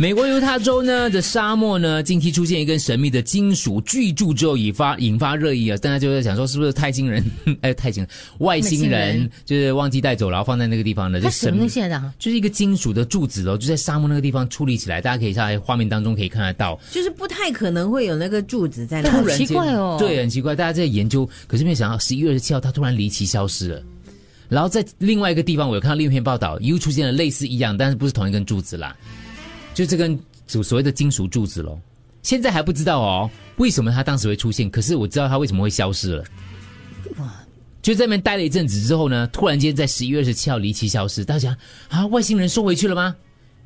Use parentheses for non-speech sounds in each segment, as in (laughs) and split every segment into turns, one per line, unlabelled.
美国犹他州呢的沙漠呢，近期出现一根神秘的金属巨柱之后，引发引发热议啊！大家就在想说，是不是太星人？哎，太星人，外星
外星
人
人
就是忘记带走，然后放在那个地方了，就
它什
神
么
秘
东。西来的啊？
就是一个金属的柱子哦，就在沙漠那个地方矗立起来，大家可以在画面当中可以看得到。
就是不太可能会有那个柱子在那
突
里
然。
间
奇怪哦
对，很奇怪，大家在研究，可是没有想到十一月二十七号，它突然离奇消失了。然后在另外一个地方，我有看到另一篇报道，又出现了类似一样，但是不是同一根柱子啦，就这根所所谓的金属柱子咯。现在还不知道哦，为什么它当时会出现，可是我知道它为什么会消失了。就在那边待了一阵子之后呢，突然间在十一月二十七号离奇消失，大家想啊，外星人收回去了吗？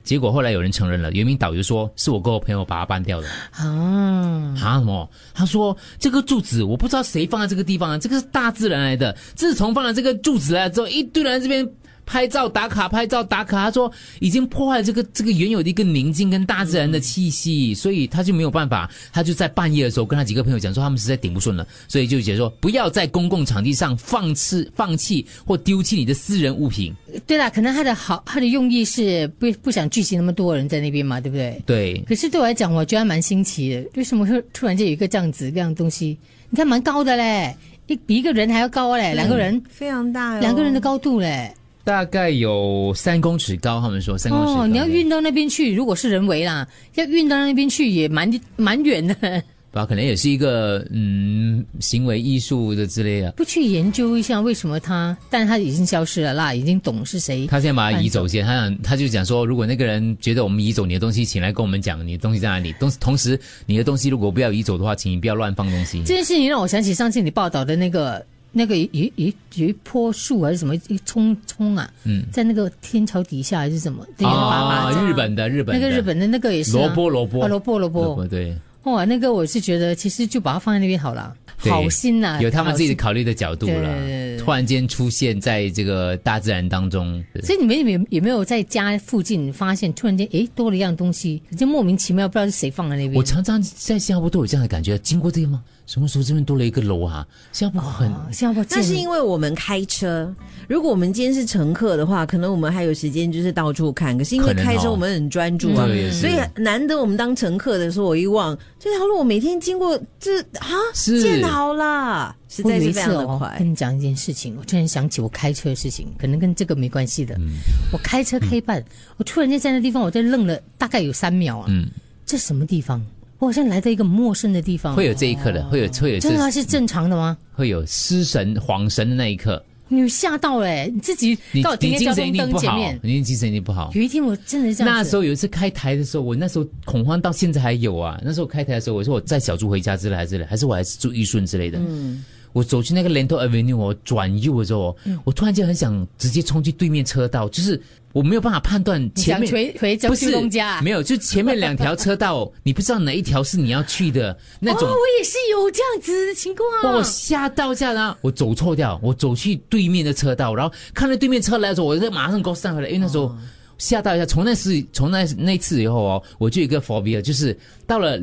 结果后来有人承认了，有一名导游说是我跟我朋友把它搬掉的。
啊，
啊什么？他说这个柱子我不知道谁放在这个地方啊，这个是大自然来的。自从放了这个柱子啊来之后，一堆人在这边拍照打卡，拍照打卡。他说已经破坏了这个这个原有的一个宁静跟大自然的气息，所以他就没有办法，他就在半夜的时候跟他几个朋友讲说他们实在顶不顺了，所以就解说不要在公共场地上放置、放弃或丢弃你的私人物品。
对啦，可能他的好，他的用意是不不想聚集那么多人在那边嘛，对不对？
对，
可是对我来讲，我觉得还蛮新奇的，为什么会突然间有一个这样子这样的东西？你看蛮高的嘞，一比一个人还要高嘞，两个人哎
非常大、哦，
两个人的高度嘞。
大概有三公尺高，他们说三公尺高。
哦，你要运到那边去，如果是人为啦，要运到那边去也蛮蛮远的， (laughs)
吧，可能也是一个嗯行为艺术的之类的。
不去研究一下为什么它，但它已经消失了啦，已经懂是谁。
他先把它移走先，他想他就讲说，如果那个人觉得我们移走你的东西，请来跟我们讲你的东西在哪里。同同时，你的东西如果不要移走的话，请你不要乱放东西。
这件事情让我想起上次你报道的那个那个有有有一棵树还是什么一葱葱啊，
嗯
在那个天桥底下还是什么，那个拔
啊，
拔
日本的日本
那
的
个日本的那个也是、啊、
萝卜萝卜
啊萝卜萝
萝卜
卜，
对，
哇，那个我是觉得其实就把它放在那边好了，
对
好心呐、
有他们自己
好
考虑的角度
啊对
啦
对对对。
突然间出现在这个大自然当中，
心。所以你们有没有有没有在家附近发现突然间诶多了一样东西，就莫名其妙不知道是谁放在那边
我。常常在新加坡都有这样的感觉，经过这个吗？什么时候这边多了一个楼啊？新加坡很、
啊新加坡
那是
为
因为我们开车，如果我们今天是乘客的话，可能我们还有时间就是到处看。可是因为
可能哦
开车，我们很专注
嗯
啊，
对也是
所以难得我们当乘客的时候，我一望这条路，我每天经过这啊，
是
建好啦，实
我
在
有
是
一
非
次
常的
哦，
快。
跟你讲一件事情，我突然想起我开车的事情，可能跟这个没关系的。
嗯
我开车开一半，我突然间在那地方，我在愣了大概有三秒啊。
嗯
这什么地方？我好像来到一个陌生的地方。
会有这一刻的，会有会有这
真的啊是正常的吗？
会有失神、恍神的那一刻，
你吓到嘞、你自己
你
到我停
你
在
精
交
神一
通
定不
灯前
好
面，。
你精神一定不好。
有一天我真的是这样
那
子
时候有一次开台的时候，我那时候恐慌到现在还有啊。那时候开台的时候，我说我载小猪回家之类，还是还是我还是住一顺之类的。嗯，我走去那个 Lento Avenue，我转右的时候，
嗯
我突然间很想直接冲去对面车道，就是我没有办法判断
你
前
想
面
回回交
不是
通家啊，
没有，就前面两条车道， (laughs) 你不知道哪一条是你要去的那种
哦，。我也是有这样子的情况
把
啊。
我吓到下来，我走错掉，我走去对面的车道，然后看到对面车来的时候，我就马上给我上回来，因为那时
哦
候吓到一下。从那次，从那那次以后哦，我就有一个 phobia，就是到了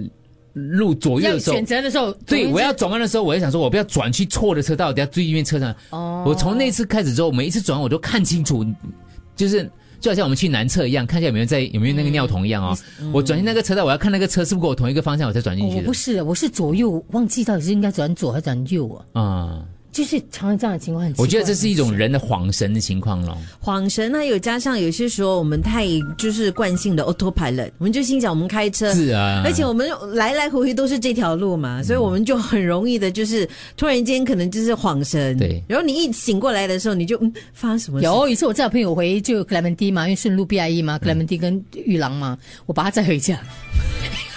路左右
要
的时候
选，择的时候，
对
总之
我要转弯的时候，我就想说，我不要转去错的车道，等下对面车上。
哦
我从那次开始之后，每一次转弯我都看清楚，就是。就好像我们去南侧一样，看一下有没有在有没有
嗯
那个尿桶一样哦。我转进那个车道，我要看那个车是不是跟我同一个方向，我才转进
哦
去
我
的
不。是，我是左右忘记到底是应该转左还是转右啊？
啊、
就是常常这样的情况很奇怪。
我觉得这是一种人的恍神的情况咯。
恍神，啊还有加上有些时候我们太就是惯性的 autopilot，我们就心想我们开
嗯
车
是啊，嗯
而且我们来来回回都是这条路嘛，所以我们就很容易的，就是突然间可能就是恍神，
对
然后你一醒过来的时候，你就嗯，发生什么事？
有一次我载我朋友回就 Clement 嘛，因为顺路 B I E 嘛，Clement
嗯
跟玉郎嘛，我把他载回家。 (laughs)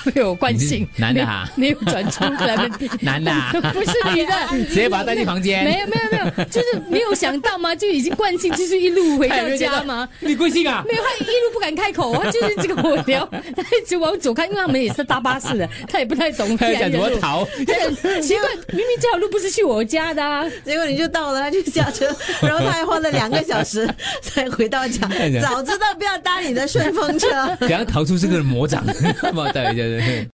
没有惯性，
你是男的啊
没有没有转出 Clement，
(laughs) 男的啊
(laughs) 不是女
(laughs)
的，
直接把他带进房间
没有没有没有，就是没有想到嘛，就已经惯性，就是一路
(laughs)
回
哎
到家嘛。
你贵姓啊？
没有，他一路不敢开口，
(laughs)
他就是这个我聊，他一直往我走开，因为他们也是搭巴士的，他也不太懂。哎
他哎想怎么
他
逃？
很奇怪，明明这条路不是去我家的、啊，
结果你就到了，他就下车，然后他还花了两个小时才回到家
哎呀。
早知道不要搭你的顺风车。
(laughs) 哦怎样逃出这个魔掌？对对对。